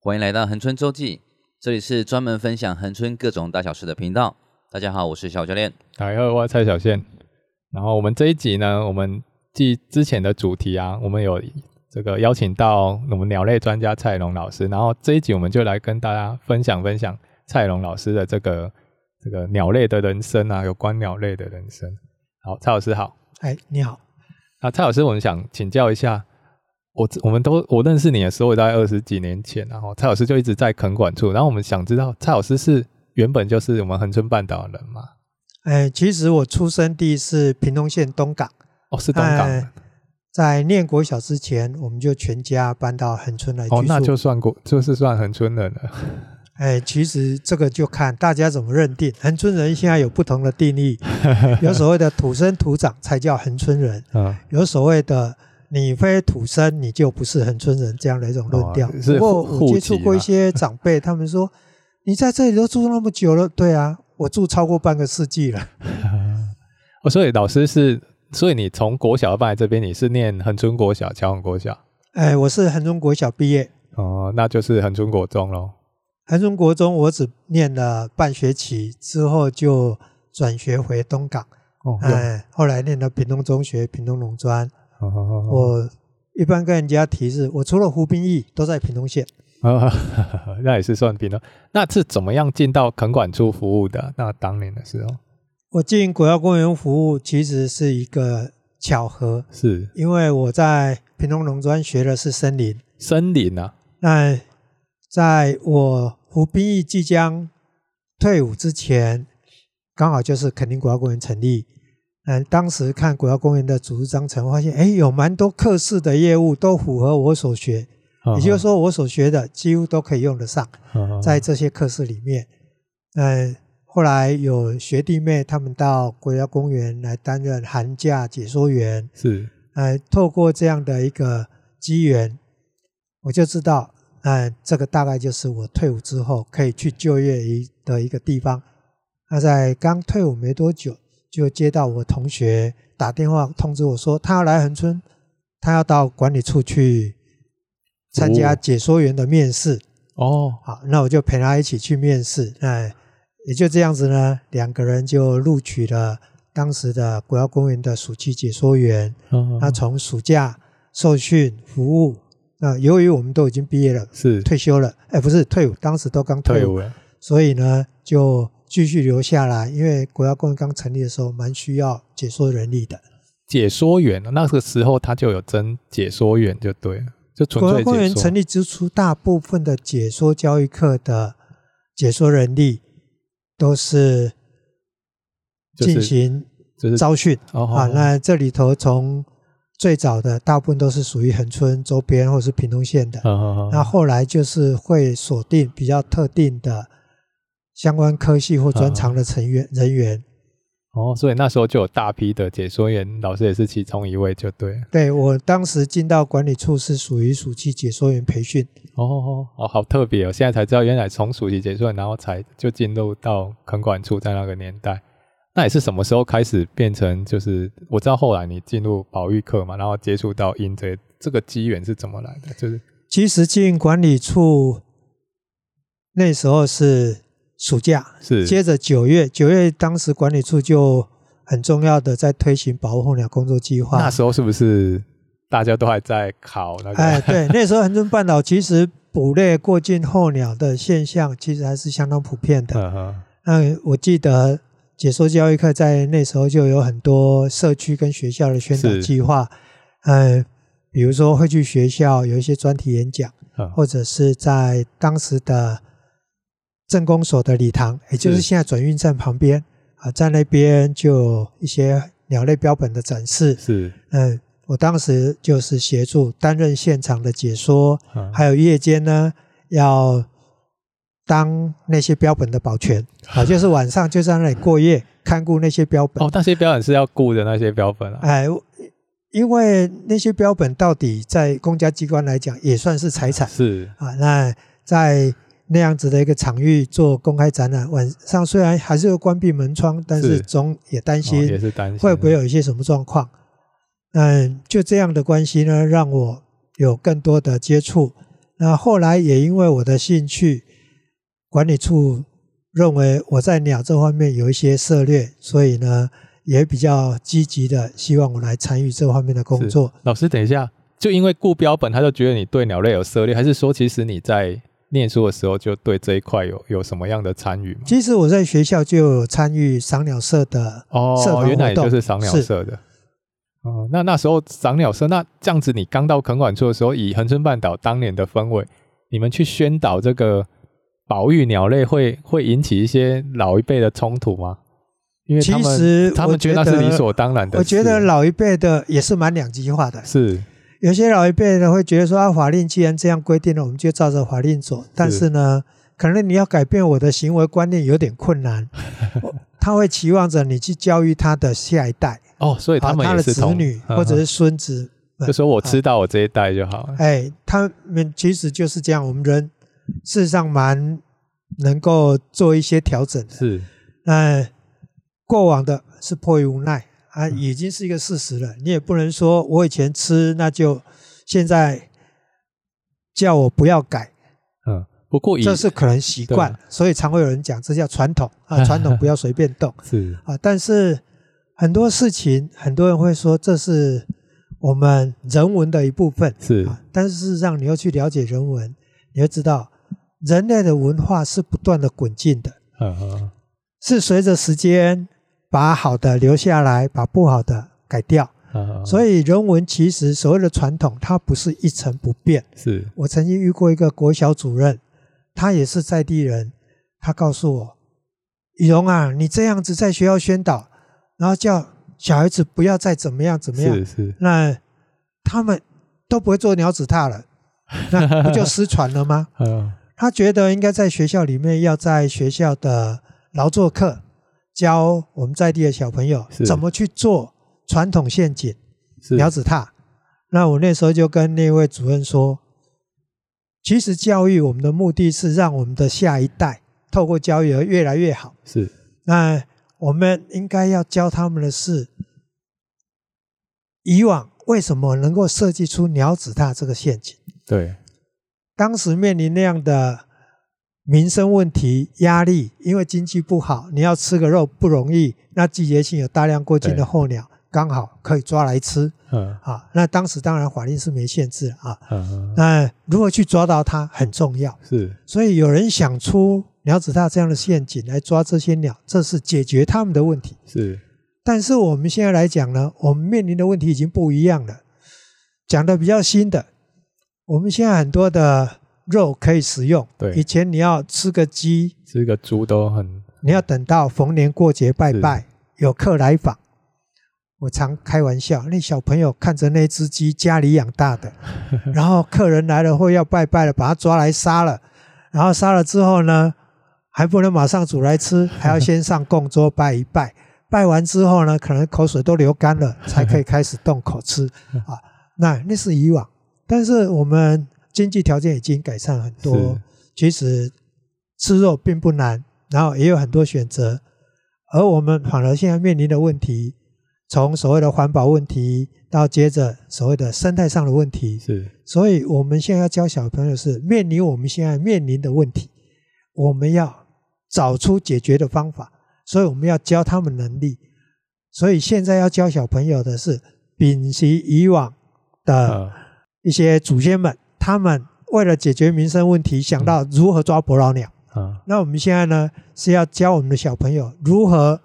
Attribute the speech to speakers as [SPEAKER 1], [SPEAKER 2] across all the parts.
[SPEAKER 1] 欢迎来到恒春周记，这里是专门分享恒春各种大小事的频道。大家好，我是小教练。
[SPEAKER 2] 大家好，我是蔡小宪。然后我们这一集呢，我们继之前的主题啊，我们有这个邀请到我们鸟类专家蔡龙老师，然后这一集我们就来跟大家分享分享蔡龙老师的这个这个鸟类的人生啊，有关鸟类的人生。好，蔡老师好。
[SPEAKER 3] 哎，你好，
[SPEAKER 2] 啊，蔡老师，我们想请教一下，我我们都我认识你的时候，大概二十几年前，然后蔡老师就一直在垦管处，然后我们想知道蔡老师是原本就是我们恒春半岛的人吗？
[SPEAKER 3] 哎，其实我出生地是屏东县东港，
[SPEAKER 2] 哦，是东港人
[SPEAKER 3] 哎在念国小之前，我们就全家搬到恒春来居住。
[SPEAKER 2] 哦，那就算过，就是算恒春人了。
[SPEAKER 3] 哎，其实这个就看大家怎么认定。恒春人现在有不同的定 义，有所谓的土生土长才叫恒春人，
[SPEAKER 2] 嗯，
[SPEAKER 3] 有所谓的你非土生你就不是恒春人这样的一种论调。
[SPEAKER 2] 哦是
[SPEAKER 3] 不过
[SPEAKER 2] 户户
[SPEAKER 3] 我接触
[SPEAKER 2] 籍
[SPEAKER 3] 过一
[SPEAKER 2] 啦
[SPEAKER 3] 些长辈，他们说你在这里都住那么久了，对啊，我住超过半个世纪了。
[SPEAKER 2] 哦，所以老师是，所以你从国小搬来这边，你是念恒春国小、侨永国小，
[SPEAKER 3] 哎，我是恒春国小毕业，
[SPEAKER 2] 哦、那就是恒春国中喽。
[SPEAKER 3] 韩中国中我只念了半学期之后就转学回东港，
[SPEAKER 2] 哦，有
[SPEAKER 3] 哎，后来念了屏东中学、屏东农专。
[SPEAKER 2] 哦哦，哦
[SPEAKER 3] 我一般跟人家提示，我除了湖滨役都在屏东县。
[SPEAKER 2] 哦那也是算平了。那是怎么样进到垦管处服务的？那当年的时候
[SPEAKER 3] 我进国家公园服务其实是一个巧合，
[SPEAKER 2] 是
[SPEAKER 3] 因为我在屏东农专学的是森林，
[SPEAKER 2] 森林啊，
[SPEAKER 3] 那在我湖滨役即将退伍之前，刚好就是垦丁国家公园成立。嗯，当时看国家公园的组织章程，发现哎，有蛮多课室的业务都符合我所学，
[SPEAKER 2] 啊
[SPEAKER 3] 也就是说，我所学的几乎都可以用得上，
[SPEAKER 2] 说
[SPEAKER 3] 在这些课室里面。嗯，后来有学弟妹他们到国家公园来担任寒假解说员，
[SPEAKER 2] 是
[SPEAKER 3] 呃，透过这样的一个机缘，我就知道，呃，这个大概就是我退伍之后可以去就业一的一个地方。那在刚退伍没多久，就接到我同学打电话通知我说，他要来恒春，他要到管理处去参加
[SPEAKER 2] 哦
[SPEAKER 3] 解说员的面试。
[SPEAKER 2] 哦，
[SPEAKER 3] 好，那我就陪他一起去面试。那也就这样子呢，两个人就录取了当时的国家公园的暑期解说员。
[SPEAKER 2] 嗯
[SPEAKER 3] 他从暑假受训服务，那由于我们都已经毕业了，
[SPEAKER 2] 是
[SPEAKER 3] 退休了，哎，不是退伍，当时都刚
[SPEAKER 2] 退
[SPEAKER 3] 退伍，
[SPEAKER 2] 伍了，
[SPEAKER 3] 所以呢就继续留下来，因为国家公园刚成立的时候蛮需要解说人力的。
[SPEAKER 2] 解说员那个时候他就有真解说员就对了，就纯
[SPEAKER 3] 国
[SPEAKER 2] 粹
[SPEAKER 3] 家公园
[SPEAKER 2] 解说
[SPEAKER 3] 成。立之初，大部分的解说教育课的解说人力都是
[SPEAKER 2] 就是
[SPEAKER 3] 进行
[SPEAKER 2] 就是
[SPEAKER 3] 招训
[SPEAKER 2] 哦
[SPEAKER 3] 啊，那这里头从最早的大部分都是属于恒春周边或是屏东县的，
[SPEAKER 2] 哦
[SPEAKER 3] 那后来就是会锁定比较特定的相关科系或专长的成员、人员。
[SPEAKER 2] 哦，所以那时候就有大批的解说员，老师也是其中一位，就对了。
[SPEAKER 3] 对我当时进到管理处是属于暑期解说员培训，
[SPEAKER 2] 哦哦哦，好特别哦！现在才知道，原来从暑期结束，然后才就进入到垦管处，在那个年代，那也是什么时候开始变成就是我知道后来你进入保育课嘛，然后接触到鹰这这个机缘是怎么来的？就是
[SPEAKER 3] 其实进管理处那时候是暑假，
[SPEAKER 2] 是
[SPEAKER 3] 接着九月，九月当时管理处就很重要的在推行保护候鸟工作计划。
[SPEAKER 2] 那时候是不是大家都还在考那个？
[SPEAKER 3] 哎，对，那时候恒春半岛其实捕猎过境候鸟的现象其实还是相当普遍的。
[SPEAKER 2] 嗯哼，
[SPEAKER 3] 那我记得解说教育课在那时候就有很多社区跟学校的宣导
[SPEAKER 2] 是
[SPEAKER 3] 计划，呃，比如说会去学校有一些专题演讲，
[SPEAKER 2] 嗯
[SPEAKER 3] 或者是在当时的政工所的礼堂，也就是
[SPEAKER 2] 是
[SPEAKER 3] 现在转运站旁边啊，在那边就有一些鸟类标本的展示。
[SPEAKER 2] 是，
[SPEAKER 3] 嗯、我当时就是协助担任现场的解说，
[SPEAKER 2] 嗯
[SPEAKER 3] 还有夜间呢要当那些标本的保 全啊，就是晚上就在那里过夜看顾那些标本。
[SPEAKER 2] 哦，那些标本是要顾的那些标本啊，
[SPEAKER 3] 哎，因为那些标本到底在公家机关来讲也算是财产
[SPEAKER 2] 是
[SPEAKER 3] 啊，那在。那样子的一个场域做公开展览，晚上虽然还是会关闭门窗，但是
[SPEAKER 2] 是
[SPEAKER 3] 总也担
[SPEAKER 2] 哦也
[SPEAKER 3] 心
[SPEAKER 2] 是担心
[SPEAKER 3] 会不会有一些什么状况。嗯，就这样的关系呢，让我有更多的接触那后来也因为我的兴趣，管理处认为我在鸟这方面有一些涉猎，所以呢也比较积极的希望我来参与这方面的工作。
[SPEAKER 2] 老师，等一下，就因为顾标本，他就觉得你对鸟类有涉猎，还是说其实你在念书的时候就对这一块有有什么样的参与吗？
[SPEAKER 3] 其实我在学校就有参与赏鸟社的社
[SPEAKER 2] 哦，
[SPEAKER 3] 团
[SPEAKER 2] 原来
[SPEAKER 3] 活
[SPEAKER 2] 也就
[SPEAKER 3] 动，
[SPEAKER 2] 是赏鸟
[SPEAKER 3] 是
[SPEAKER 2] 社的。哦，那那时候赏鸟社，那这样子你刚到垦管处的时候，以恒春半岛当年的氛围，你们去宣导这个保育鸟类会，会引起一些老一辈的冲突吗？因为他
[SPEAKER 3] 其
[SPEAKER 2] 们
[SPEAKER 3] 实
[SPEAKER 2] 他
[SPEAKER 3] 我
[SPEAKER 2] 们
[SPEAKER 3] 觉
[SPEAKER 2] 觉得
[SPEAKER 3] 得
[SPEAKER 2] 那是理所当然的事。
[SPEAKER 3] 我觉得老一辈的也是蛮两极化的，
[SPEAKER 2] 是
[SPEAKER 3] 有些老一辈的会觉得说啊，法令既然这样规定了，我们就照着法令走。但是呢，可能你要改变我的行为观念有点 困难，我他会期望着你去教育他的下一代，
[SPEAKER 2] 哦，所以
[SPEAKER 3] 啊，
[SPEAKER 2] 他们
[SPEAKER 3] 他
[SPEAKER 2] 也
[SPEAKER 3] 的
[SPEAKER 2] 是
[SPEAKER 3] 子
[SPEAKER 2] 从
[SPEAKER 3] 女
[SPEAKER 2] 嗯
[SPEAKER 3] 或
[SPEAKER 2] 嗯
[SPEAKER 3] 者是孙子。
[SPEAKER 2] 就说我吃
[SPEAKER 3] 啊
[SPEAKER 2] 到我这一代就好了。
[SPEAKER 3] 哎，他们其实就是这样，我们人事实上蛮能够做一些调整的。
[SPEAKER 2] 是
[SPEAKER 3] 那哎过往的是迫于无奈啊，
[SPEAKER 2] 嗯
[SPEAKER 3] 已经是一个事实了。你也不能说我以前吃，那就现在叫我不要改，
[SPEAKER 2] 嗯，不过以
[SPEAKER 3] 这是可能习惯
[SPEAKER 2] 对，
[SPEAKER 3] 所以常会有人讲这叫传统 啊，传统不要随便动
[SPEAKER 2] 是
[SPEAKER 3] 啊。但是很多事情，很多人会说这是我们人文的一部分
[SPEAKER 2] 是
[SPEAKER 3] 啊，但是事实上你要去了解人文，你会知道人类的文化是不断的滚进的。
[SPEAKER 2] 嗯嗯
[SPEAKER 3] 是随着时间把好的留下来，把不好的改掉。
[SPEAKER 2] 嗯，
[SPEAKER 3] 所
[SPEAKER 2] 以
[SPEAKER 3] 以人文其实所谓的传统，它不是一成不变。
[SPEAKER 2] 是
[SPEAKER 3] 我曾经遇过一个国小主任，他也是在地人，他告诉我：“雨荣啊，你这样子在学校宣导，然后叫小孩子不要再怎么样怎么样，
[SPEAKER 2] 是是
[SPEAKER 3] 那他们都不会做鸟子踏了，那不就失传了吗？”
[SPEAKER 2] 嗯
[SPEAKER 3] 他觉得应该在学校里面，要在学校的劳作课教我们在地的小朋友
[SPEAKER 2] 是
[SPEAKER 3] 怎么去做传统陷阱
[SPEAKER 2] 是
[SPEAKER 3] 鸟子踏。那我那时候就跟那位主任说，其实教育我们的目的是让我们的下一代透过教育而越来越好。
[SPEAKER 2] 是
[SPEAKER 3] 那我们应该要教他们的是，以往为什么能够设计出鸟子踏这个陷阱？
[SPEAKER 2] 对
[SPEAKER 3] 当时面临那样的民生问题压力，因为经济不好，你要吃个肉不容易。那季节性有大量过境
[SPEAKER 2] 对
[SPEAKER 3] 的候鸟，刚好可以抓来吃
[SPEAKER 2] 嗯
[SPEAKER 3] 啊。那当时当然法令是没限制啊，
[SPEAKER 2] 嗯嗯
[SPEAKER 3] 那如何去抓到它很重要。
[SPEAKER 2] 是
[SPEAKER 3] 所以有人想出鸟子踏这样的陷阱来抓这些鸟，这是解决他们的问题。
[SPEAKER 2] 是
[SPEAKER 3] 但是我们现在来讲呢，我们面临的问题已经不一样了。讲的比较新的，我们现在很多的肉可以食用。
[SPEAKER 2] 对
[SPEAKER 3] 以前你要吃个鸡，
[SPEAKER 2] 这个猪都很
[SPEAKER 3] 你要等到逢年过节拜拜，有客来访。我常开玩笑，那小朋友看着那只鸡家里养大的，然后客人来了或要拜拜了，把它抓来杀了，然后杀了之后呢，还不能马上煮来吃，还要先上供桌拜一拜，拜完之后呢，可能口水都流干了，才可以开始动口吃啊。那那是以往，但是我们经济条件已经改善很多
[SPEAKER 2] 是，
[SPEAKER 3] 其实吃肉并不难，然后也有很多选择，而我们反而现在面临的问题，从所谓的环保问题，到接着所谓的生态上的问题，
[SPEAKER 2] 是
[SPEAKER 3] 所以我们现在要教小朋友是面临我们现在面临的问题，我们要找出解决的方法，所以我们要教他们能力。所以现在要教小朋友的是秉持以往的
[SPEAKER 2] 嗯
[SPEAKER 3] 一些祖先们，他们为了解决民生问题，想到如何抓捕老鸟。
[SPEAKER 2] 嗯
[SPEAKER 3] 那我们现在呢是要教我们的小朋友如何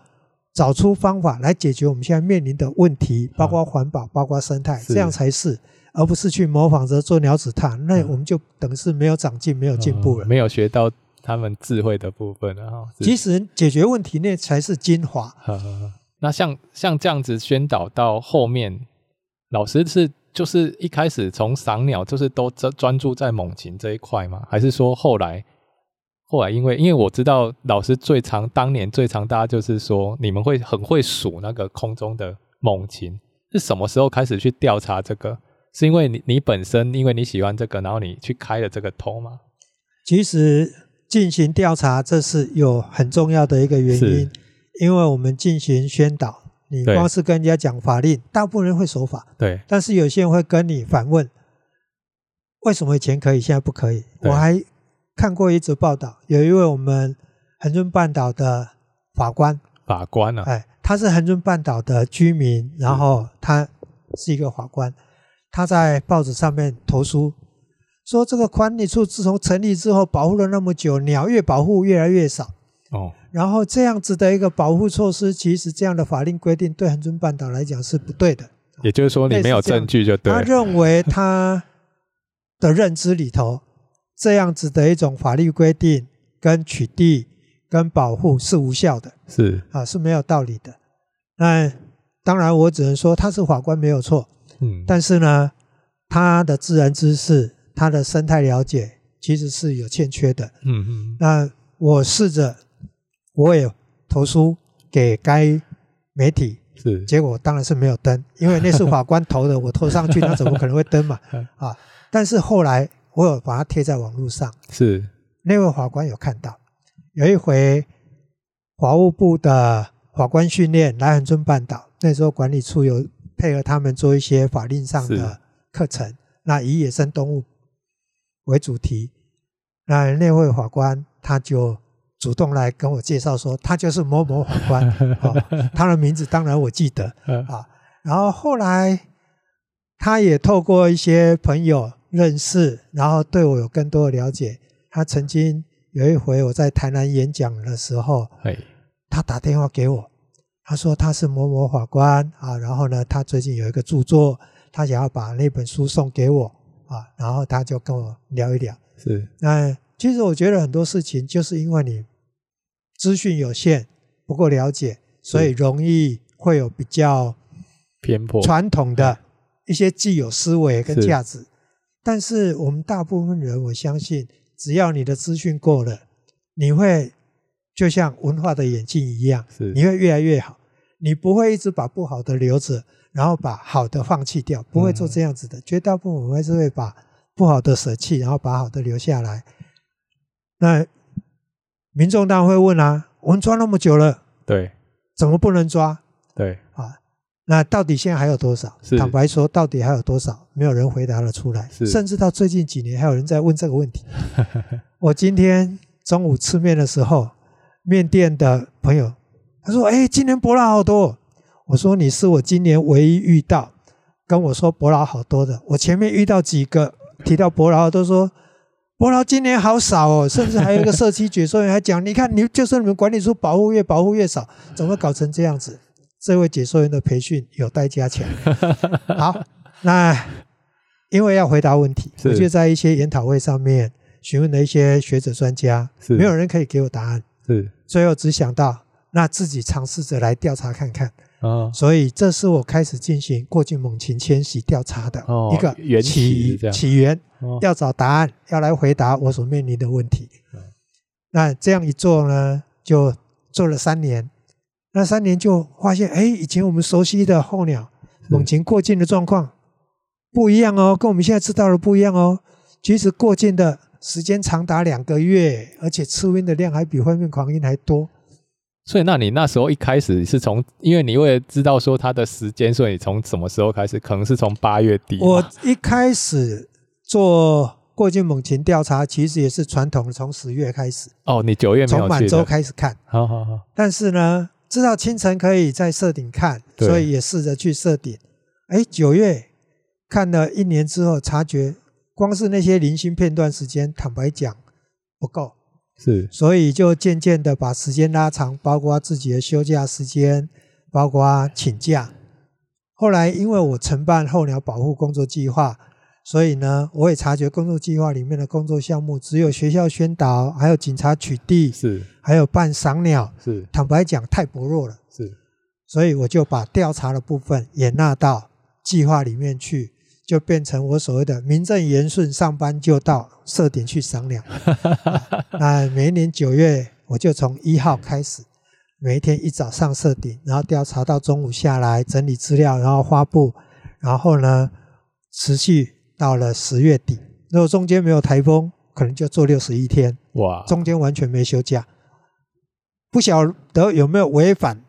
[SPEAKER 3] 找出方法来解决我们现在面临的问题，包括环保，包括生态，
[SPEAKER 2] 嗯是
[SPEAKER 3] 这样才是，而不是去模仿着做鸟子踏，那
[SPEAKER 2] 嗯
[SPEAKER 3] 我们就等于是没有长进，没有进步了。
[SPEAKER 2] 没有学到他们智慧的部分，啊然后
[SPEAKER 3] 其实解决问题那才是精华。
[SPEAKER 2] 呃， 那像像这样子宣导到后面，老师是就是一开始从赏鸟就是都专专注在猛禽这一块吗？还是说后来后来因为因为我知道老师最常当年最常大家就是说你们会很会数那个空中的猛禽，是什么时候开始去调查这个？是因为你你本身因为你喜欢这个，然后你去开了这个头吗？
[SPEAKER 3] 其实进行调查，这是有很重要的一个原因
[SPEAKER 2] 是，
[SPEAKER 3] 因为我们进行宣导，你
[SPEAKER 2] 对
[SPEAKER 3] 光是跟人家讲法令，大部分人会守法，
[SPEAKER 2] 对，
[SPEAKER 3] 但是有些人会跟你反问：为什么以前可以，现在不可以？
[SPEAKER 2] 对
[SPEAKER 3] 我还看过一则报道，有一位我们恒春半岛的法官，
[SPEAKER 2] 法官啊，嗯
[SPEAKER 3] 哎，他是恒春半岛的居民，然后他是一个法官，他在报纸上面投书说，这个管理处自从成立之后，保护了那么久，鸟越保护越来越少。
[SPEAKER 2] 哦，
[SPEAKER 3] 然后这样子的一个保护措施，其实这样的法令规定对恒春半岛来讲是不对的。
[SPEAKER 2] 也就是说你没有证据就对
[SPEAKER 3] 他
[SPEAKER 2] 了，
[SPEAKER 3] 认为他的认知里头，这样子的一种法律规定跟取缔跟保护是无效的
[SPEAKER 2] 是，
[SPEAKER 3] 啊，是没有道理的。那当然，我只能说他是法官没有错，
[SPEAKER 2] 嗯，
[SPEAKER 3] 但是呢，他的自然知识、他的生态了解其实是有欠缺的。
[SPEAKER 2] 嗯嗯，
[SPEAKER 3] 那我试着，我也投书给该媒体，
[SPEAKER 2] 是，
[SPEAKER 3] 结果当然是没有登，因为那是法官投的，我投上去，那怎么可能会登嘛？啊！但是后来我有把它贴在网络上，
[SPEAKER 2] 是，
[SPEAKER 3] 那位法官有看到。有一回，法务部的法官训练来恒春半岛，那时候管理处有配合他们做一些法令上
[SPEAKER 2] 是
[SPEAKER 3] 的课程，那以野生动物为主题。那那位法官他就主动来跟我介绍说，他就是某某法官，哦、他的名字当然我记得，
[SPEAKER 2] 呃，
[SPEAKER 3] 啊，然后后来他也透过一些朋友认识，然后对我有更多的了解。他曾经有一回我在台南演讲的时候，
[SPEAKER 2] 哎，
[SPEAKER 3] 他打电话给我，他说他是某某法官啊，然后呢，他最近有一个著作，他想要把那本书送给我啊，然后他就跟我聊一聊。
[SPEAKER 2] 是，
[SPEAKER 3] 那其实我觉得很多事情就是因为你资讯有限，不够了解，所以容易会有比较。
[SPEAKER 2] 偏颇，
[SPEAKER 3] 传统的一些既有思维跟
[SPEAKER 2] 哎是
[SPEAKER 3] 价值。但是我们大部分人，我相信，只要你的资讯够了，你会就像文化的演进一样，
[SPEAKER 2] 是，
[SPEAKER 3] 你会越来越好。你不会一直把不好的留着，然后把好的放弃掉，不会
[SPEAKER 2] 嗯
[SPEAKER 3] 做这样子的。绝大部分我们还是会把不好的舍弃，然后把好的留下来。那民众当然会问啊，我们抓那么久了，
[SPEAKER 2] 对
[SPEAKER 3] 怎么不能抓？
[SPEAKER 2] 对，
[SPEAKER 3] 啊，那到底现在还有多少
[SPEAKER 2] 是？
[SPEAKER 3] 坦白说，到底还有多少？没有人回答得出来，
[SPEAKER 2] 是
[SPEAKER 3] 甚至到最近几年还有人在问这个问题。我今天中午吃面的时候，面店的朋友他说：“哎，今年伯劳好多哦。”我说：“你是我今年唯一遇到跟我说伯劳好多的。我前面遇到几个提到伯劳都说。”伯劳今年好少哦，甚至还有一个社区解说员还讲，你看你就是你们管理处保护越保护越少，怎么搞成这样子？这位解说员的培训有待 加强。好，那因为要回答问题，
[SPEAKER 2] 是
[SPEAKER 3] 我就在一些研讨会上面询问了一些学者专家，
[SPEAKER 2] 是
[SPEAKER 3] 没有人可以给我答案，
[SPEAKER 2] 是，
[SPEAKER 3] 最后只想到那自己尝试着来调查看看。
[SPEAKER 2] 啊，
[SPEAKER 3] 所以这是我开始进行过境猛禽迁徙调查的
[SPEAKER 2] 哦
[SPEAKER 3] 一个
[SPEAKER 2] 缘起
[SPEAKER 3] 起
[SPEAKER 2] 这样
[SPEAKER 3] 起源，
[SPEAKER 2] 哦
[SPEAKER 3] 要找答案，要来回答我所面临的问题
[SPEAKER 2] 嗯。
[SPEAKER 3] 那这样一做呢，就做了三年。那三年就发现，哎，以前我们熟悉的候鸟
[SPEAKER 2] 嗯
[SPEAKER 3] 猛禽过境的状况不一样哦，跟我们现在知道的不一样哦。其实过境的时间长达两个月，而且吃温的量还比灰面狂鹰还多。
[SPEAKER 2] 所以，那你那时候一开始是从，因为你为了知道说它的时间，所以你从什么时候开始？可能是从八月底嘛。
[SPEAKER 3] 我一开始做过境猛禽调查，其实也是传统的，从十月开始，
[SPEAKER 2] 哦，你九月没
[SPEAKER 3] 从
[SPEAKER 2] 有
[SPEAKER 3] 满
[SPEAKER 2] 去
[SPEAKER 3] 洲
[SPEAKER 2] 的。
[SPEAKER 3] 开始看。
[SPEAKER 2] 好好好，
[SPEAKER 3] 但是呢，知道清晨可以在社顶看，
[SPEAKER 2] 对
[SPEAKER 3] 所以也试着去社顶。哎，九月看了一年之后，察觉光是那些零星片段时间，坦白讲不够，
[SPEAKER 2] 是
[SPEAKER 3] 所以就渐渐的把时间拉长，包括自己的休假时间，包括请假。后来因为我承办候鸟保护工作计划，所以呢，我也察觉工作计划里面的工作项目只有学校宣导，还有警察取缔，
[SPEAKER 2] 是
[SPEAKER 3] 还有办赏鸟。
[SPEAKER 2] 是
[SPEAKER 3] 坦白讲，太薄弱了，
[SPEAKER 2] 是，
[SPEAKER 3] 所以我就把调查的部分也纳到计划里面去，就变成我所谓的名正言顺上班就到设点去赏鸟。那每一年九月，我就从一号开始，每一天一早上设点，然后调查到中午下来整理资料，然后发布，然后呢持续到了十月底。如果中间没有台风，可能就做六十一天。
[SPEAKER 2] 哇，
[SPEAKER 3] 中间完全没休假，不晓得有没有违反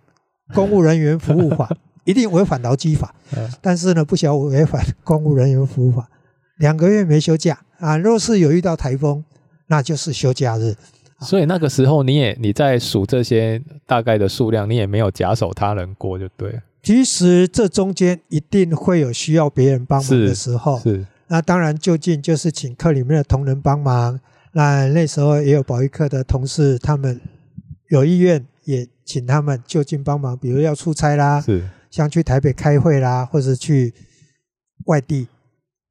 [SPEAKER 3] 公务人员服 务法，一定违反劳基法
[SPEAKER 2] 嗯，
[SPEAKER 3] 但是呢，不晓得违反公务人员服务法。两个月没休假啊。若是有遇到台风，那就是休假日。
[SPEAKER 2] 所以那个时候你也你在数这些大概的数量，你也没有假手他人过，就对了。
[SPEAKER 3] 其实这中间一定会有需要别人帮忙的时候，
[SPEAKER 2] 是
[SPEAKER 3] 那当然就近就是请课里面的同仁帮忙。那那时候也有保育课的同事，他们有意愿也请他们就近帮忙，比如要出差啦，
[SPEAKER 2] 是，
[SPEAKER 3] 像去台北开会啦，或者去外地，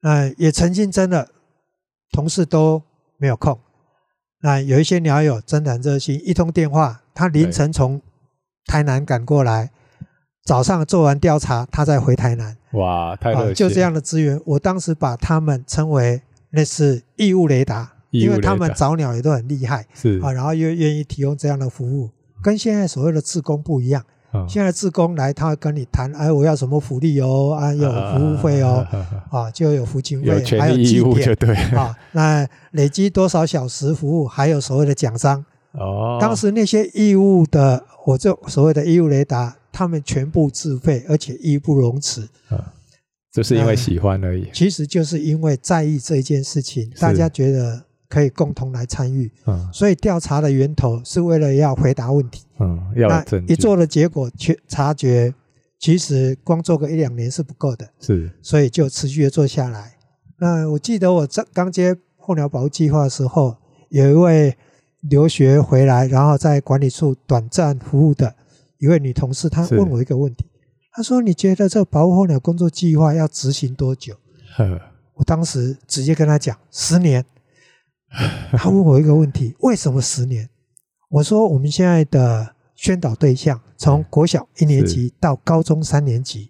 [SPEAKER 3] 嗯、也曾经真的同事都没有空。那有一些鸟友真的很热心，一通电话，他凌晨从台南赶过来，早上做完调查，他再回台南。
[SPEAKER 2] 哇，太热
[SPEAKER 3] 啊，
[SPEAKER 2] 血，
[SPEAKER 3] 就这样的资源，我当时把他们称为那是义务雷达，
[SPEAKER 2] 义务
[SPEAKER 3] 因为他
[SPEAKER 2] 雷
[SPEAKER 3] 们
[SPEAKER 2] 达
[SPEAKER 3] 找鸟也都很厉害
[SPEAKER 2] 是
[SPEAKER 3] 啊，然后又愿意提供这样的服务，跟现在所谓的志工不一样。
[SPEAKER 2] 嗯
[SPEAKER 3] 现在志工来，他会跟你谈，哎，我要什么福利哦，啊，有服务费哦，
[SPEAKER 2] 啊啊啊啊啊
[SPEAKER 3] 啊，就有服勤
[SPEAKER 2] 有
[SPEAKER 3] 费，还
[SPEAKER 2] 权
[SPEAKER 3] 有
[SPEAKER 2] 利义
[SPEAKER 3] 绩
[SPEAKER 2] 务就
[SPEAKER 3] 点
[SPEAKER 2] 对了。
[SPEAKER 3] 啊，那累积多少小时服务，还有所谓的奖章。
[SPEAKER 2] 哦，
[SPEAKER 3] 当时那些义务的，我这所谓的义务雷达，他们全部自费，而且义不容辞。
[SPEAKER 2] 嗯就是因为喜欢而已。
[SPEAKER 3] 其实就是因为在意这一件事情，大家觉得可以共同来参与，
[SPEAKER 2] 嗯
[SPEAKER 3] 所以调查的源头是为了要回答问题。
[SPEAKER 2] 嗯，要有
[SPEAKER 3] 那
[SPEAKER 2] 证据
[SPEAKER 3] 一做的结果，却察觉其实光做个一两年是不够的，
[SPEAKER 2] 是
[SPEAKER 3] 所以就持续的做下来。那我记得我这刚接候鸟保护计划的时候，有一位留学回来，然后在管理处短暂服务的一位女同事，她
[SPEAKER 2] 是
[SPEAKER 3] 问我一个问题，她说：“你觉得这保护候鸟工作计划要执行多久？”
[SPEAKER 2] 呵
[SPEAKER 3] 我当时直接跟他讲十年，他问我一个问题：为什么十年？我说我们现在的宣导对象从国小一年级到高中三年级，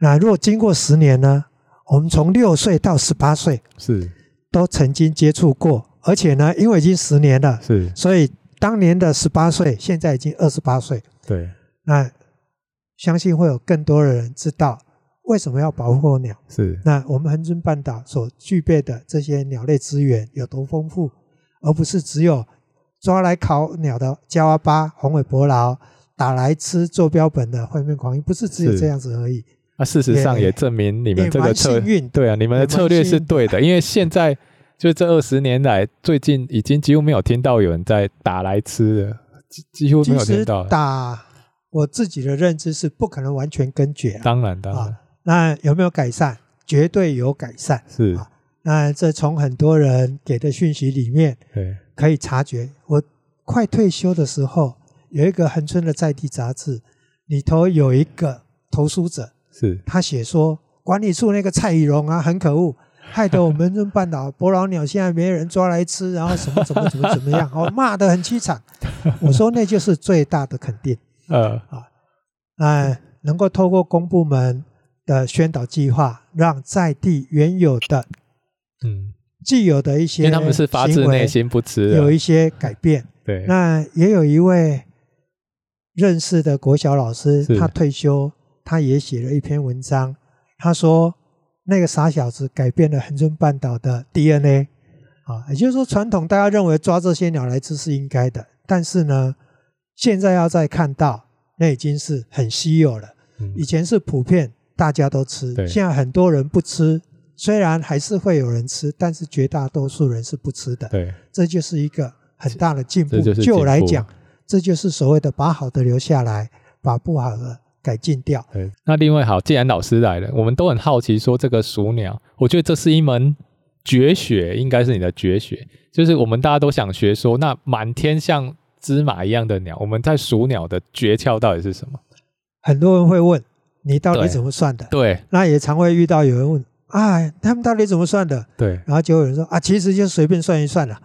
[SPEAKER 3] 那如果经过十年呢？我们从六岁到十八岁
[SPEAKER 2] 是
[SPEAKER 3] 都曾经接触过，而且呢，因为已经十年了，
[SPEAKER 2] 是，
[SPEAKER 3] 所以当年的十八岁现在已经二十八岁，
[SPEAKER 2] 对
[SPEAKER 3] 那相信会有更多的人知道为什么要保护候鸟。
[SPEAKER 2] 是
[SPEAKER 3] 那我们恒春半岛所具备的这些鸟类资源有多丰富，而不是只有抓来烤鸟的加哇巴、红尾伯劳，打来吃做标本的灰面狂鹰，不是只有
[SPEAKER 2] 是
[SPEAKER 3] 这样子而已。
[SPEAKER 2] 那啊事实上也证明你们这个策
[SPEAKER 3] 也蛮幸运
[SPEAKER 2] 对啊，你们的策略是对的，因为现在就这二十年来，最近已经几乎没有听到有人在打来吃了，几几乎没
[SPEAKER 3] 其
[SPEAKER 2] 有听
[SPEAKER 3] 实
[SPEAKER 2] 到。
[SPEAKER 3] 打我自己的认知是不可能完全根绝啊。
[SPEAKER 2] 当然，当然
[SPEAKER 3] 啊那有没有改善？绝对有改善。
[SPEAKER 2] 是
[SPEAKER 3] 啊那这从很多人给的讯息里面，
[SPEAKER 2] 对
[SPEAKER 3] 可以察觉。我快退休的时候，有一个恒春的在地杂志，里头有一个投书者，
[SPEAKER 2] 是
[SPEAKER 3] 他写说管理处那个蔡以荣啊，很可恶，害得我们润半岛伯劳鸟现在没人抓来吃，然后什么怎么怎么怎么样，哦，骂得很凄惨。我说那就是最大的肯定，
[SPEAKER 2] 呃
[SPEAKER 3] 哎、能够透过公部门的宣导计划，让在地原有的
[SPEAKER 2] 嗯，
[SPEAKER 3] 既有的一些
[SPEAKER 2] 因为他们是发自
[SPEAKER 3] 行为
[SPEAKER 2] 内心不吃
[SPEAKER 3] 有
[SPEAKER 2] 的，
[SPEAKER 3] 一些改变。
[SPEAKER 2] 对
[SPEAKER 3] 那也有一位认识的国小老师
[SPEAKER 2] 是，
[SPEAKER 3] 他退休，他也写了一篇文章，他说那个傻小子改变了恒春半岛的 DNA 啊，也就是说，传统大家认为抓这些鸟来吃是应该的，但是呢，现在要再看到，那已经是很稀有了。
[SPEAKER 2] 嗯
[SPEAKER 3] 以前是普遍大家都吃
[SPEAKER 2] 对，
[SPEAKER 3] 现在很多人不吃，虽然还是会有人吃，但是绝大多数人是不吃的。
[SPEAKER 2] 对，
[SPEAKER 3] 这就是一个很大的进步
[SPEAKER 2] 这。就是
[SPEAKER 3] 就我来
[SPEAKER 2] 进步
[SPEAKER 3] 讲，这就是所谓的把好的留下来，把不好的改进掉。
[SPEAKER 2] 对，那另外好，既然老师来了，我们都很好奇，说这个鼠鸟，我觉得这是一门绝学，应该是你的绝学，就是我们大家都想学说，那满天像芝麻一样的鸟，我们在数鸟的诀窍到底是什么？
[SPEAKER 3] 很多人会问你到底
[SPEAKER 2] 对
[SPEAKER 3] 怎么算的？
[SPEAKER 2] 对
[SPEAKER 3] 那也常会遇到有人问啊，他们到底怎么算的？
[SPEAKER 2] 对，
[SPEAKER 3] 然后就有人说啊，其实就随便算一算了。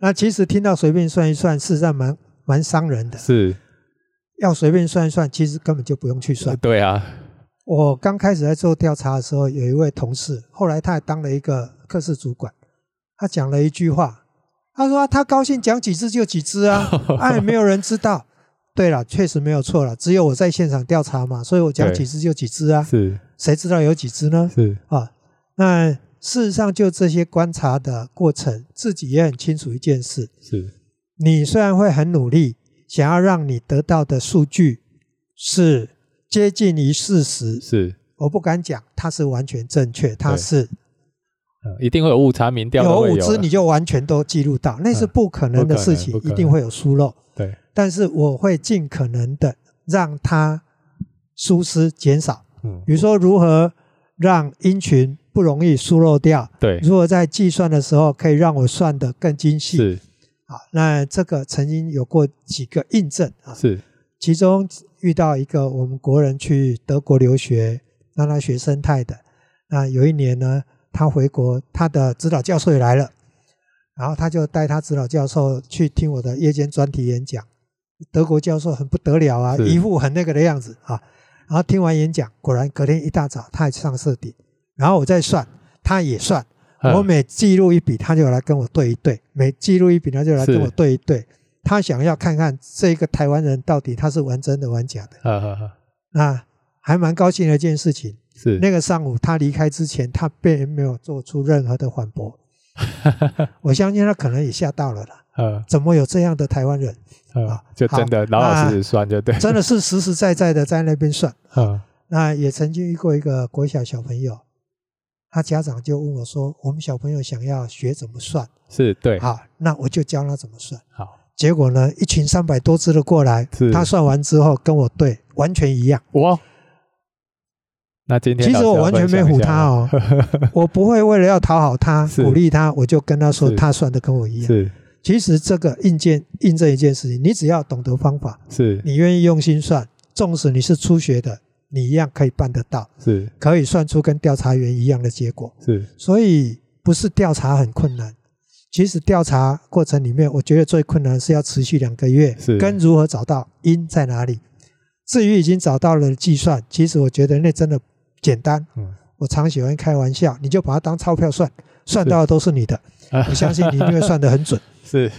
[SPEAKER 3] 那其实听到随便算一算，事实上蛮蛮伤人的。
[SPEAKER 2] 是，
[SPEAKER 3] 要随便算一算，其实根本就不用去算。
[SPEAKER 2] 对啊，
[SPEAKER 3] 我刚开始在做调查的时候，有一位同事，后来他还当了一个科室主管，他讲了一句话，他说、啊他高兴讲几只就几只啊，哎，没有人知道。对了，确实没有错了，只有我在现场调查嘛，所以我讲
[SPEAKER 2] 对
[SPEAKER 3] 几只就几只啊，
[SPEAKER 2] 是
[SPEAKER 3] 谁知道有几只呢？
[SPEAKER 2] 是，
[SPEAKER 3] 啊，那事实上就这些观察的过程，自己也很清楚一件事，
[SPEAKER 2] 是
[SPEAKER 3] 你虽然会很努力，想要让你得到的数据是接近于事实，
[SPEAKER 2] 是
[SPEAKER 3] 我不敢讲它是完全正确，它是
[SPEAKER 2] 嗯一定会有误差，民调
[SPEAKER 3] 有
[SPEAKER 2] 都会有
[SPEAKER 3] 五只
[SPEAKER 2] 的
[SPEAKER 3] 哦你就完全都记录到，那是
[SPEAKER 2] 嗯
[SPEAKER 3] 不可能的事情，
[SPEAKER 2] 不可能不可
[SPEAKER 3] 一
[SPEAKER 2] 能
[SPEAKER 3] 定会有疏漏。
[SPEAKER 2] 对，
[SPEAKER 3] 但是我会尽可能的让它疏失减少，
[SPEAKER 2] 嗯，
[SPEAKER 3] 比如说如何让音群不容易疏漏掉，
[SPEAKER 2] 对，
[SPEAKER 3] 如何在计算的时候可以让我算得更精细。
[SPEAKER 2] 是
[SPEAKER 3] 啊，那这个曾经有过几个印证啊，
[SPEAKER 2] 是，
[SPEAKER 3] 其中遇到一个我们国人去德国留学，让他学生态的。那有一年呢，他回国，他的指导教授也来了，然后他就带他指导教授去听我的夜间专题演讲。德国教授很不得了啊，
[SPEAKER 2] 是
[SPEAKER 3] 一副很那个的样子啊。然后听完演讲，果然隔天一大早他也上设顶，然后我再算，他也算，我
[SPEAKER 2] 嗯
[SPEAKER 3] 每记录一笔，他就来跟我对一对；每记录一笔，他就来跟我对一对。他想要看看这个台湾人到底他是玩真的玩假的。
[SPEAKER 2] 呵呵呵
[SPEAKER 3] 那还蛮高兴的一件事情。
[SPEAKER 2] 是
[SPEAKER 3] 那个上午他离开之前，他并没有做出任何的反驳。 我相信他可能也吓到了啦，
[SPEAKER 2] 呃
[SPEAKER 3] 怎么有这样的台湾人？
[SPEAKER 2] 呃
[SPEAKER 3] 啊，
[SPEAKER 2] 就真的老老实实算就对，
[SPEAKER 3] 真的是实实在在的在那边算。
[SPEAKER 2] 嗯
[SPEAKER 3] 那也曾经遇过一个国小小朋友，他家长就问我说：“我们小朋友想要学怎么算？”
[SPEAKER 2] 是对，
[SPEAKER 3] 好，那我就教他怎么算。
[SPEAKER 2] 好
[SPEAKER 3] 结果呢，一群三百多只的过来
[SPEAKER 2] 是，
[SPEAKER 3] 他算完之后跟我对完全一样。
[SPEAKER 2] 我。那今天
[SPEAKER 3] 其
[SPEAKER 2] 老
[SPEAKER 3] 实
[SPEAKER 2] 师
[SPEAKER 3] 我
[SPEAKER 2] 要
[SPEAKER 3] 完全
[SPEAKER 2] 分
[SPEAKER 3] 没
[SPEAKER 2] 享一
[SPEAKER 3] 唬
[SPEAKER 2] 下
[SPEAKER 3] 他
[SPEAKER 2] 吗，
[SPEAKER 3] 哦，我不会为了要讨好他、
[SPEAKER 2] 是
[SPEAKER 3] 鼓励他，我就跟他说
[SPEAKER 2] 是
[SPEAKER 3] 他算的跟我一样。
[SPEAKER 2] 是
[SPEAKER 3] 其实这个印件印证一件事情，你只要懂得方法，
[SPEAKER 2] 是
[SPEAKER 3] 你愿意用心算，纵使你是初学的，你一样可以办得到，
[SPEAKER 2] 是
[SPEAKER 3] 可以算出跟调查员一样的结果。
[SPEAKER 2] 是
[SPEAKER 3] 所以不是调查很困难。其实调查过程里面，我觉得最困难是要持续两个月
[SPEAKER 2] 是，
[SPEAKER 3] 跟如何找到因在哪里。至于已经找到了计算，其实我觉得那真的简单。
[SPEAKER 2] 嗯
[SPEAKER 3] 我常喜欢开玩笑，你就把它当钞票算，算到的都是你的。 我相信你一定会算得很准。
[SPEAKER 2] 是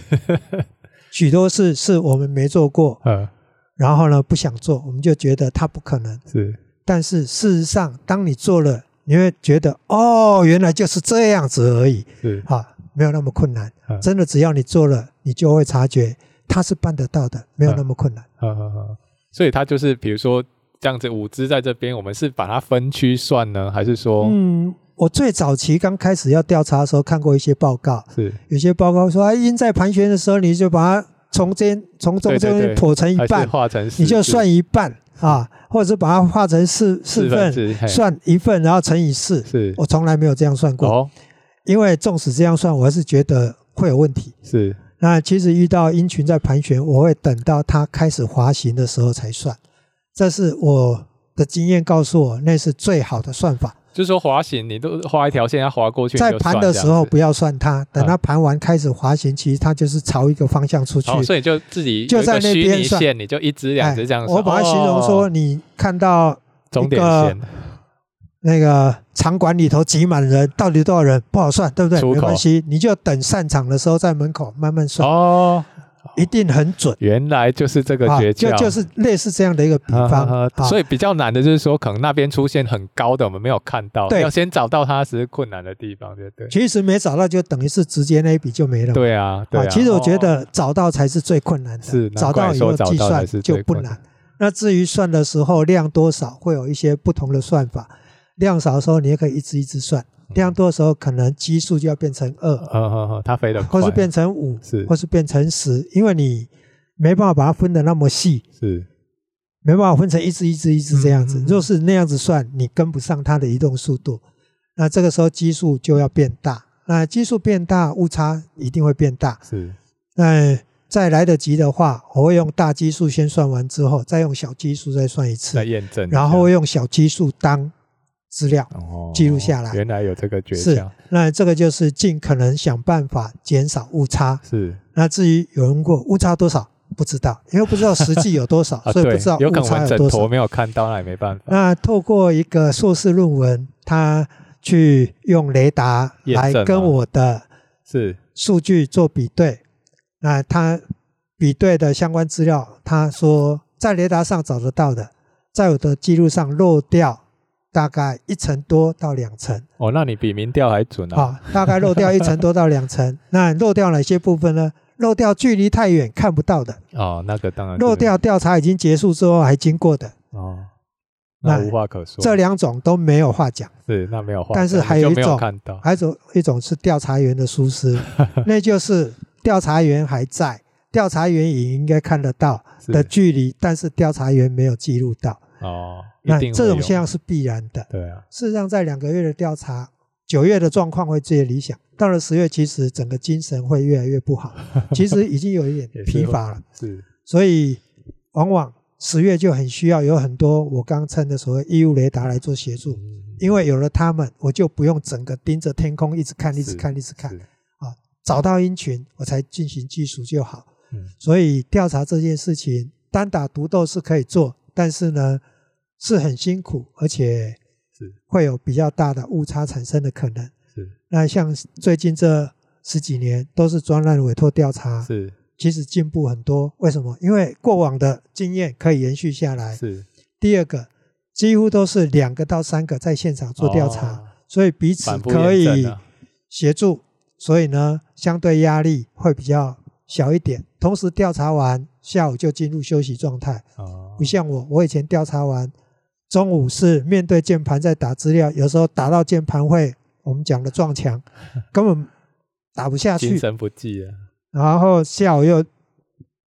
[SPEAKER 3] 许多事是我们没做过，
[SPEAKER 2] 呃
[SPEAKER 3] 然后呢不想做，我们就觉得它不可能。
[SPEAKER 2] 是
[SPEAKER 3] 但是事实上，当你做了，你会觉得哦，原来就是这样子而已。
[SPEAKER 2] 是
[SPEAKER 3] 啊，没有那么困难
[SPEAKER 2] 嗯。
[SPEAKER 3] 真的，只要你做了，你就会察觉它是办得到的，没有那么困难。
[SPEAKER 2] 呵呵呵，所以它就是比如说这样子五只在这边，我们是把它分区算呢，还是说、
[SPEAKER 3] 嗯，我最早期刚开始要调查的时候，看过一些报告，
[SPEAKER 2] 是
[SPEAKER 3] 有些报告说，哎，鹰在盘旋的时候，你就把它从间从中
[SPEAKER 2] 对对
[SPEAKER 3] 间
[SPEAKER 2] 对
[SPEAKER 3] 剖成一
[SPEAKER 2] 还是
[SPEAKER 3] 半，
[SPEAKER 2] 画成
[SPEAKER 3] 你就
[SPEAKER 2] 四
[SPEAKER 3] 算一半啊，或者是把它划成四
[SPEAKER 2] 四
[SPEAKER 3] 四
[SPEAKER 2] 分
[SPEAKER 3] 份，
[SPEAKER 2] 之嘿
[SPEAKER 3] 算一份，然后乘以四。
[SPEAKER 2] 是
[SPEAKER 3] 我从来没有这样算过，
[SPEAKER 2] 哦
[SPEAKER 3] 因为纵使这样算，我还是觉得会有问题。
[SPEAKER 2] 是
[SPEAKER 3] 那其实遇到鹰群在盘旋，我会等到它开始滑行的时候才算，这是我的经验告诉我，那是最好的算法。
[SPEAKER 2] 就是说滑行，你都画一条线，要滑过去，你
[SPEAKER 3] 在
[SPEAKER 2] 就
[SPEAKER 3] 盘
[SPEAKER 2] 算
[SPEAKER 3] 的
[SPEAKER 2] 这
[SPEAKER 3] 时
[SPEAKER 2] 样
[SPEAKER 3] 候
[SPEAKER 2] 子嗯
[SPEAKER 3] 不要算它，等它盘完开始滑行，其实它就是朝一个方向出去。
[SPEAKER 2] 哦，所以就自己
[SPEAKER 3] 就
[SPEAKER 2] 有一个
[SPEAKER 3] 在那
[SPEAKER 2] 虚
[SPEAKER 3] 边
[SPEAKER 2] 拟
[SPEAKER 3] 算
[SPEAKER 2] 线，你就一只两只这样
[SPEAKER 3] 哎
[SPEAKER 2] 算。
[SPEAKER 3] 我把它形容说，
[SPEAKER 2] 哦
[SPEAKER 3] 你看到
[SPEAKER 2] 终点线
[SPEAKER 3] 那个场馆里头挤满人，到底多少人不好算，对不对？
[SPEAKER 2] 出口
[SPEAKER 3] 没关系，你就等散场的时候在门口慢慢算，
[SPEAKER 2] 哦，
[SPEAKER 3] 一定很准。
[SPEAKER 2] 原来就是这个
[SPEAKER 3] 啊，
[SPEAKER 2] 诀
[SPEAKER 3] 就
[SPEAKER 2] 窍，
[SPEAKER 3] 就是类似这样的一个比
[SPEAKER 2] 啊
[SPEAKER 3] 方
[SPEAKER 2] 啊啊
[SPEAKER 3] 啊，
[SPEAKER 2] 所以比较难的就是说，可能那边出现很高的，我们没有看到，
[SPEAKER 3] 对
[SPEAKER 2] 要先找到它是困难的地方，对不对？
[SPEAKER 3] 其实没找到就等于是直接那一笔就没了嘛。
[SPEAKER 2] 对啊，对啊。
[SPEAKER 3] 其实我觉
[SPEAKER 2] 哦
[SPEAKER 3] 得找到才是最困难的，
[SPEAKER 2] 是难
[SPEAKER 3] 找到
[SPEAKER 2] 怪
[SPEAKER 3] 以
[SPEAKER 2] 说
[SPEAKER 3] 后
[SPEAKER 2] 找
[SPEAKER 3] 计
[SPEAKER 2] 到才
[SPEAKER 3] 算
[SPEAKER 2] 是
[SPEAKER 3] 就
[SPEAKER 2] 最
[SPEAKER 3] 不
[SPEAKER 2] 困
[SPEAKER 3] 难
[SPEAKER 2] 难。
[SPEAKER 3] 那至于算的时候量多少，会有一些不同的算法。量少的时候，你也可以一直一直算；量多的时候，可能基数就要变成二，
[SPEAKER 2] 嗯嗯嗯，它飞得快，
[SPEAKER 3] 或是变成五
[SPEAKER 2] 是，
[SPEAKER 3] 或是变成十，因为你没办法把它分的那么细，
[SPEAKER 2] 是
[SPEAKER 3] 没办法分成一只一只一只这样
[SPEAKER 2] 嗯
[SPEAKER 3] 子。
[SPEAKER 2] 嗯嗯
[SPEAKER 3] 若是那样子算，你跟不上它的移动速度，那这个时候基数就要变大。那基数变大，误差一定会变大。
[SPEAKER 2] 是
[SPEAKER 3] 那再来得及的话，我会用大基数先算完之后，再用小基数再算一
[SPEAKER 2] 在
[SPEAKER 3] 次，
[SPEAKER 2] 验证一下，
[SPEAKER 3] 然后用小基数当资料。
[SPEAKER 2] 哦
[SPEAKER 3] 记录下来
[SPEAKER 2] 原来有这个诀
[SPEAKER 3] 是
[SPEAKER 2] 窍，，
[SPEAKER 3] 那这个就是尽可能想办法减少误差。
[SPEAKER 2] 是，
[SPEAKER 3] 那至于有人问过误差多少，不知道，因为不知道实际有多少
[SPEAKER 2] 啊，
[SPEAKER 3] 所以不
[SPEAKER 2] 对
[SPEAKER 3] 知道，
[SPEAKER 2] 有
[SPEAKER 3] 误
[SPEAKER 2] 可能我
[SPEAKER 3] 差
[SPEAKER 2] 们
[SPEAKER 3] 有
[SPEAKER 2] 枕
[SPEAKER 3] 多
[SPEAKER 2] 头
[SPEAKER 3] 少。
[SPEAKER 2] 没有看到，那也没办法。
[SPEAKER 3] 那透过一个硕士论文，他去用雷达
[SPEAKER 2] 验
[SPEAKER 3] 来
[SPEAKER 2] 证啊
[SPEAKER 3] 跟
[SPEAKER 2] 吗
[SPEAKER 3] 我的
[SPEAKER 2] 是
[SPEAKER 3] 数据做比对，那他比对的相关资料，他说在雷达上找得到的，在我的记录上漏掉大概一层多到两层
[SPEAKER 2] 哦，那你比民调还准啊！
[SPEAKER 3] 啊，大概漏掉一层多到 两层。那漏掉哪些部分呢？漏掉距离太远
[SPEAKER 2] 啊
[SPEAKER 3] 看不到的，
[SPEAKER 2] 哦，那个当然是
[SPEAKER 3] 漏掉调查已经结束之后还经过的，
[SPEAKER 2] 哦，那
[SPEAKER 3] 那
[SPEAKER 2] 无话可说。
[SPEAKER 3] 这两种都没有话讲。
[SPEAKER 2] 是那没有话，
[SPEAKER 3] 但是
[SPEAKER 2] 我们
[SPEAKER 3] 还有
[SPEAKER 2] 就
[SPEAKER 3] 一
[SPEAKER 2] 没有
[SPEAKER 3] 种
[SPEAKER 2] 看到，
[SPEAKER 3] 还有一种一种是调查员的 疏失，那就是调查员还在，调查员也应该看得到
[SPEAKER 2] 是
[SPEAKER 3] 的距离，但是调查员没有记录到。
[SPEAKER 2] 哦，一
[SPEAKER 3] 那
[SPEAKER 2] 定
[SPEAKER 3] 这
[SPEAKER 2] 会
[SPEAKER 3] 种
[SPEAKER 2] 有
[SPEAKER 3] 现象是必然的。
[SPEAKER 2] 对啊，
[SPEAKER 3] 事实上，在两个月的调查，九月的状况会最理想。到了十月，其实整个精神会越来越 不好，其实已经有一点
[SPEAKER 2] 也是
[SPEAKER 3] 疲
[SPEAKER 2] 会
[SPEAKER 3] 乏了。
[SPEAKER 2] 是
[SPEAKER 3] 所以，往往十月就很需要有很多我刚称的所谓义务雷达来做协助，因为有了他们，我就不用整个盯着天空一直看、一直
[SPEAKER 2] 是
[SPEAKER 3] 看、一直看
[SPEAKER 2] 是
[SPEAKER 3] 啊，找到鹰群我才进行技术就好。
[SPEAKER 2] 嗯
[SPEAKER 3] 所以调查这件事情，单打独斗是可以做，但是呢，是很辛苦，而且
[SPEAKER 2] 是
[SPEAKER 3] 会有比较大的误差产生的可能。
[SPEAKER 2] 是
[SPEAKER 3] 那像最近这十几年都是专案委托调查，
[SPEAKER 2] 是
[SPEAKER 3] 其实进步很多。为什么？因为过往的经验可以延续下来。
[SPEAKER 2] 是
[SPEAKER 3] 第二个，几乎都是两个到三个在现场做调查，
[SPEAKER 2] 哦
[SPEAKER 3] 所以彼此
[SPEAKER 2] 反复
[SPEAKER 3] 可
[SPEAKER 2] 验
[SPEAKER 3] 以
[SPEAKER 2] 证啊
[SPEAKER 3] 协助，所以呢，相对压力会比较小一点。同时调查完，下午就进入休息状态，
[SPEAKER 2] 哦
[SPEAKER 3] 不像我，我以前调查完，中午是面对键盘在打资料，有时候打到键盘会我们讲的撞 墙，根本打不下
[SPEAKER 2] 精
[SPEAKER 3] 去，
[SPEAKER 2] 神不济啊，
[SPEAKER 3] 然后下午又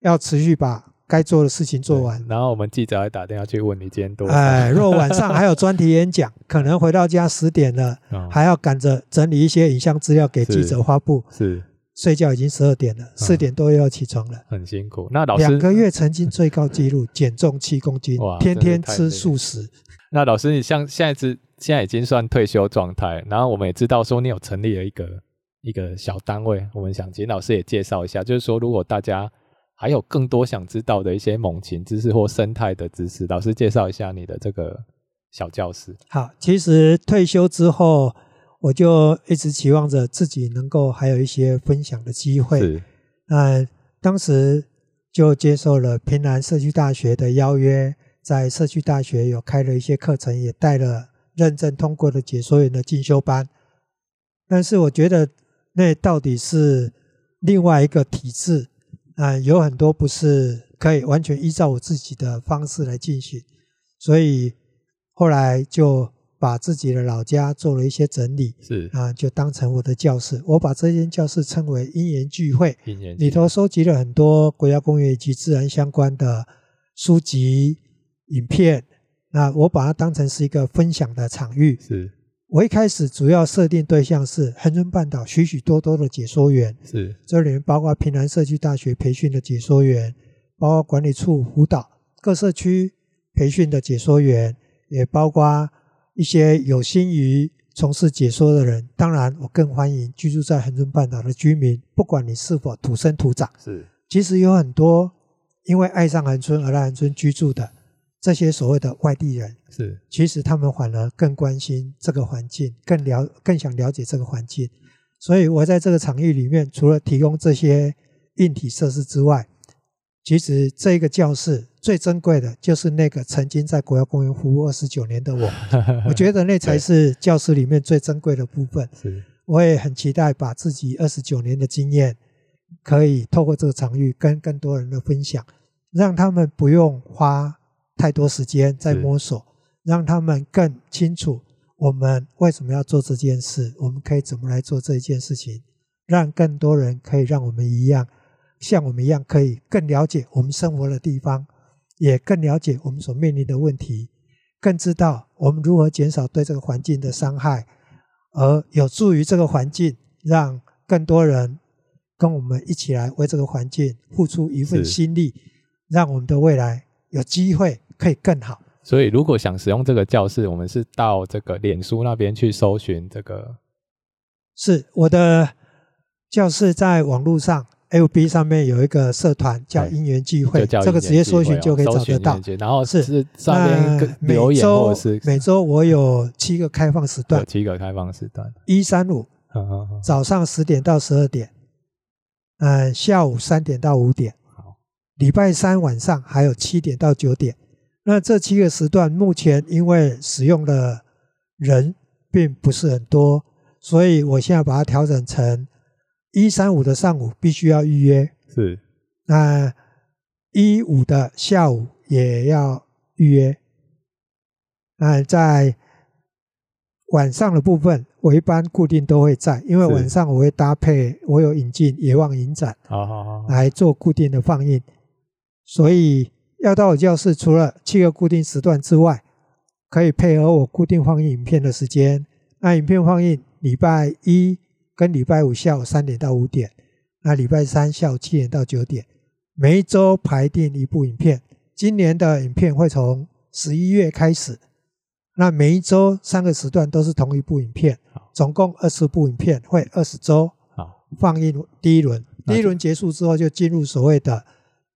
[SPEAKER 3] 要持续把该做的事情做
[SPEAKER 2] 对
[SPEAKER 3] 完。
[SPEAKER 2] 然后我们记者还打电话去问你今天多少，
[SPEAKER 3] 哎，若晚上还有专题演讲，可能回到家十点了，
[SPEAKER 2] 哦
[SPEAKER 3] 还要赶着整理一些影像资料给记者发布。
[SPEAKER 2] 是
[SPEAKER 3] 睡觉已经十二点了，四点多又要起床了。
[SPEAKER 2] 很辛苦。嗯那老师嗯
[SPEAKER 3] 两个月曾经最高纪录减重七公斤
[SPEAKER 2] 哇，
[SPEAKER 3] 天
[SPEAKER 2] 真
[SPEAKER 3] 天
[SPEAKER 2] 的
[SPEAKER 3] 吃
[SPEAKER 2] 太累了
[SPEAKER 3] 素食。
[SPEAKER 2] 那老师，你像现在是现在已经算退休状态，然后我们也知道说你有成立了一个一个小单位，我们想请老师也介绍一下，就是说如果大家还有更多想知道的一些猛禽知识或生态的知识，老师介绍一下你的这个小教室。
[SPEAKER 3] 好，其实退休之后，我就一直期望着自己能够还有一些分享的机会。
[SPEAKER 2] 是
[SPEAKER 3] 那呃当时就接受了平南社区大学的邀约，在社区大学有开了一些课程，也带了认证通过的解说员的进修班。但是我觉得那到底是另外一个体制，啊、有很多不是可以完全依照我自己的方式来进行，所以后来就把自己的老家做了一些整理，
[SPEAKER 2] 是，
[SPEAKER 3] 啊、就当成我的教室。我把这间教室称为“因缘聚会”，
[SPEAKER 2] 一年级
[SPEAKER 3] 里头收集了很多国家公园以及自然相关的书籍、影片。那我把它当成是一个分享的场域。
[SPEAKER 2] 是
[SPEAKER 3] 我一开始主要设定对象是恒春半岛许许多多的解说员，
[SPEAKER 2] 是
[SPEAKER 3] 这里面包括平南社区大学培训的解说员，包括管理处辅导各社区培训的解说员，也包括一些有心于从事解说的人。当然，我更欢迎居住在恒春半岛的居民，不管你是否土生土长，
[SPEAKER 2] 是
[SPEAKER 3] 其实有很多因为爱上恒春而来恒春居住的这些所谓的外地人，
[SPEAKER 2] 是
[SPEAKER 3] 其实他们反而更关心这个环境，更了更想了解这个环境。所以我在这个场域里面，除了提供这些硬体设施之外，其实这个教室最珍贵的就是那个曾经在国家公园服务二十九年的我，我觉得那才是教室里面最珍贵的部分。
[SPEAKER 2] 是
[SPEAKER 3] 我也很期待把自己二十九年的经验，可以透过这个场域跟更多人的分享，让他们不用花太多时间在摸索，让他们更清楚我们为什么要做这件事，我们可以怎么来做这一件事情，让更多人可以让我们一样，像我们一样，可以更了解我们生活的地方，也更了解我们所面临的问题，更知道我们如何减少对这个环境的伤害，而有助于这个环境，让更多人跟我们一起来为这个环境付出一份
[SPEAKER 2] 是
[SPEAKER 3] 心力，让我们的未来有机会可以更好。
[SPEAKER 2] 所以，如果想使用这个教室，我们是到这个脸书那边去搜寻这个
[SPEAKER 3] 是我的教室在网络上 FB 上面有一个社团叫
[SPEAKER 2] 哎
[SPEAKER 3] 因缘聚会，
[SPEAKER 2] 就叫
[SPEAKER 3] 这个
[SPEAKER 2] 一年
[SPEAKER 3] 直接
[SPEAKER 2] 级
[SPEAKER 3] 搜
[SPEAKER 2] 会
[SPEAKER 3] 寻
[SPEAKER 2] 哦
[SPEAKER 3] 就可以
[SPEAKER 2] 搜
[SPEAKER 3] 找
[SPEAKER 2] 寻
[SPEAKER 3] 得
[SPEAKER 2] 一
[SPEAKER 3] 到
[SPEAKER 2] 年。级然后
[SPEAKER 3] 是
[SPEAKER 2] 是上面跟
[SPEAKER 3] 那每
[SPEAKER 2] 留言或
[SPEAKER 3] 周
[SPEAKER 2] 者是
[SPEAKER 3] 每周我有七个开放时
[SPEAKER 2] 有
[SPEAKER 3] 段，
[SPEAKER 2] 七个开放时段，
[SPEAKER 3] 一三五
[SPEAKER 2] 嗯嗯嗯
[SPEAKER 3] 早上十点到十二点，嗯，下午三点到五点
[SPEAKER 2] 好，
[SPEAKER 3] 礼拜三晚上还有七点到九点。那这七个时段目前因为使用的人并不是很多，所以我现在把它调整成一三五的上午必须要预约，
[SPEAKER 2] 是
[SPEAKER 3] 那一五的下午也要预约，呃，在晚上的部分，我一般固定都会在，因为
[SPEAKER 2] 是
[SPEAKER 3] 晚上我会搭配我有引进野望影展
[SPEAKER 2] 好好好，
[SPEAKER 3] 来做固定的放映，所以要到我教室，除了七个固定时段之外，可以配合我固定放映影片的时间。那影片放映礼拜一跟礼拜五下午三点到五点，那礼拜三下午七点到九点，每一周排定一部影片。今年的影片会从十一月开始，那每一周三个时段都是同一部影片
[SPEAKER 2] 好，
[SPEAKER 3] 总共二十部影片，会二十周。
[SPEAKER 2] 好，
[SPEAKER 3] 放映第一轮，
[SPEAKER 2] 那
[SPEAKER 3] 第一轮结束之后就进入所谓的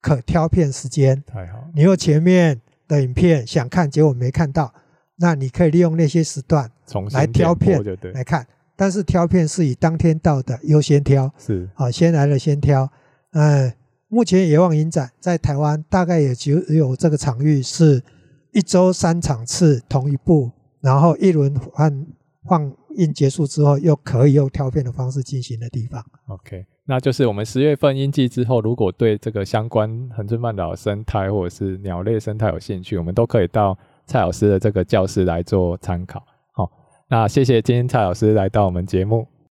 [SPEAKER 3] 可挑片时间。
[SPEAKER 2] 太好了，
[SPEAKER 3] 你有前面的影片想看，结果没看到，那你可以利用那些时段
[SPEAKER 2] 重新
[SPEAKER 3] 来挑
[SPEAKER 2] 点
[SPEAKER 3] 片哎
[SPEAKER 2] 播就对，
[SPEAKER 3] 来看。但是挑片是以当天到的优先挑，
[SPEAKER 2] 是
[SPEAKER 3] 好，先来了先挑。呃，目前野望影展在台湾大概也只有这个场域是一周三场次同一部，然后一轮换放映结束之后，又可以用挑片的方式进行的地方。
[SPEAKER 2] OK，那就是我们十月份应季之后，如果对这个相关恒春半岛生态或者是鸟类生态有兴趣，我们都可以到蔡老师的这个教室来做参考。好、那谢谢今天蔡老师来到我们节目，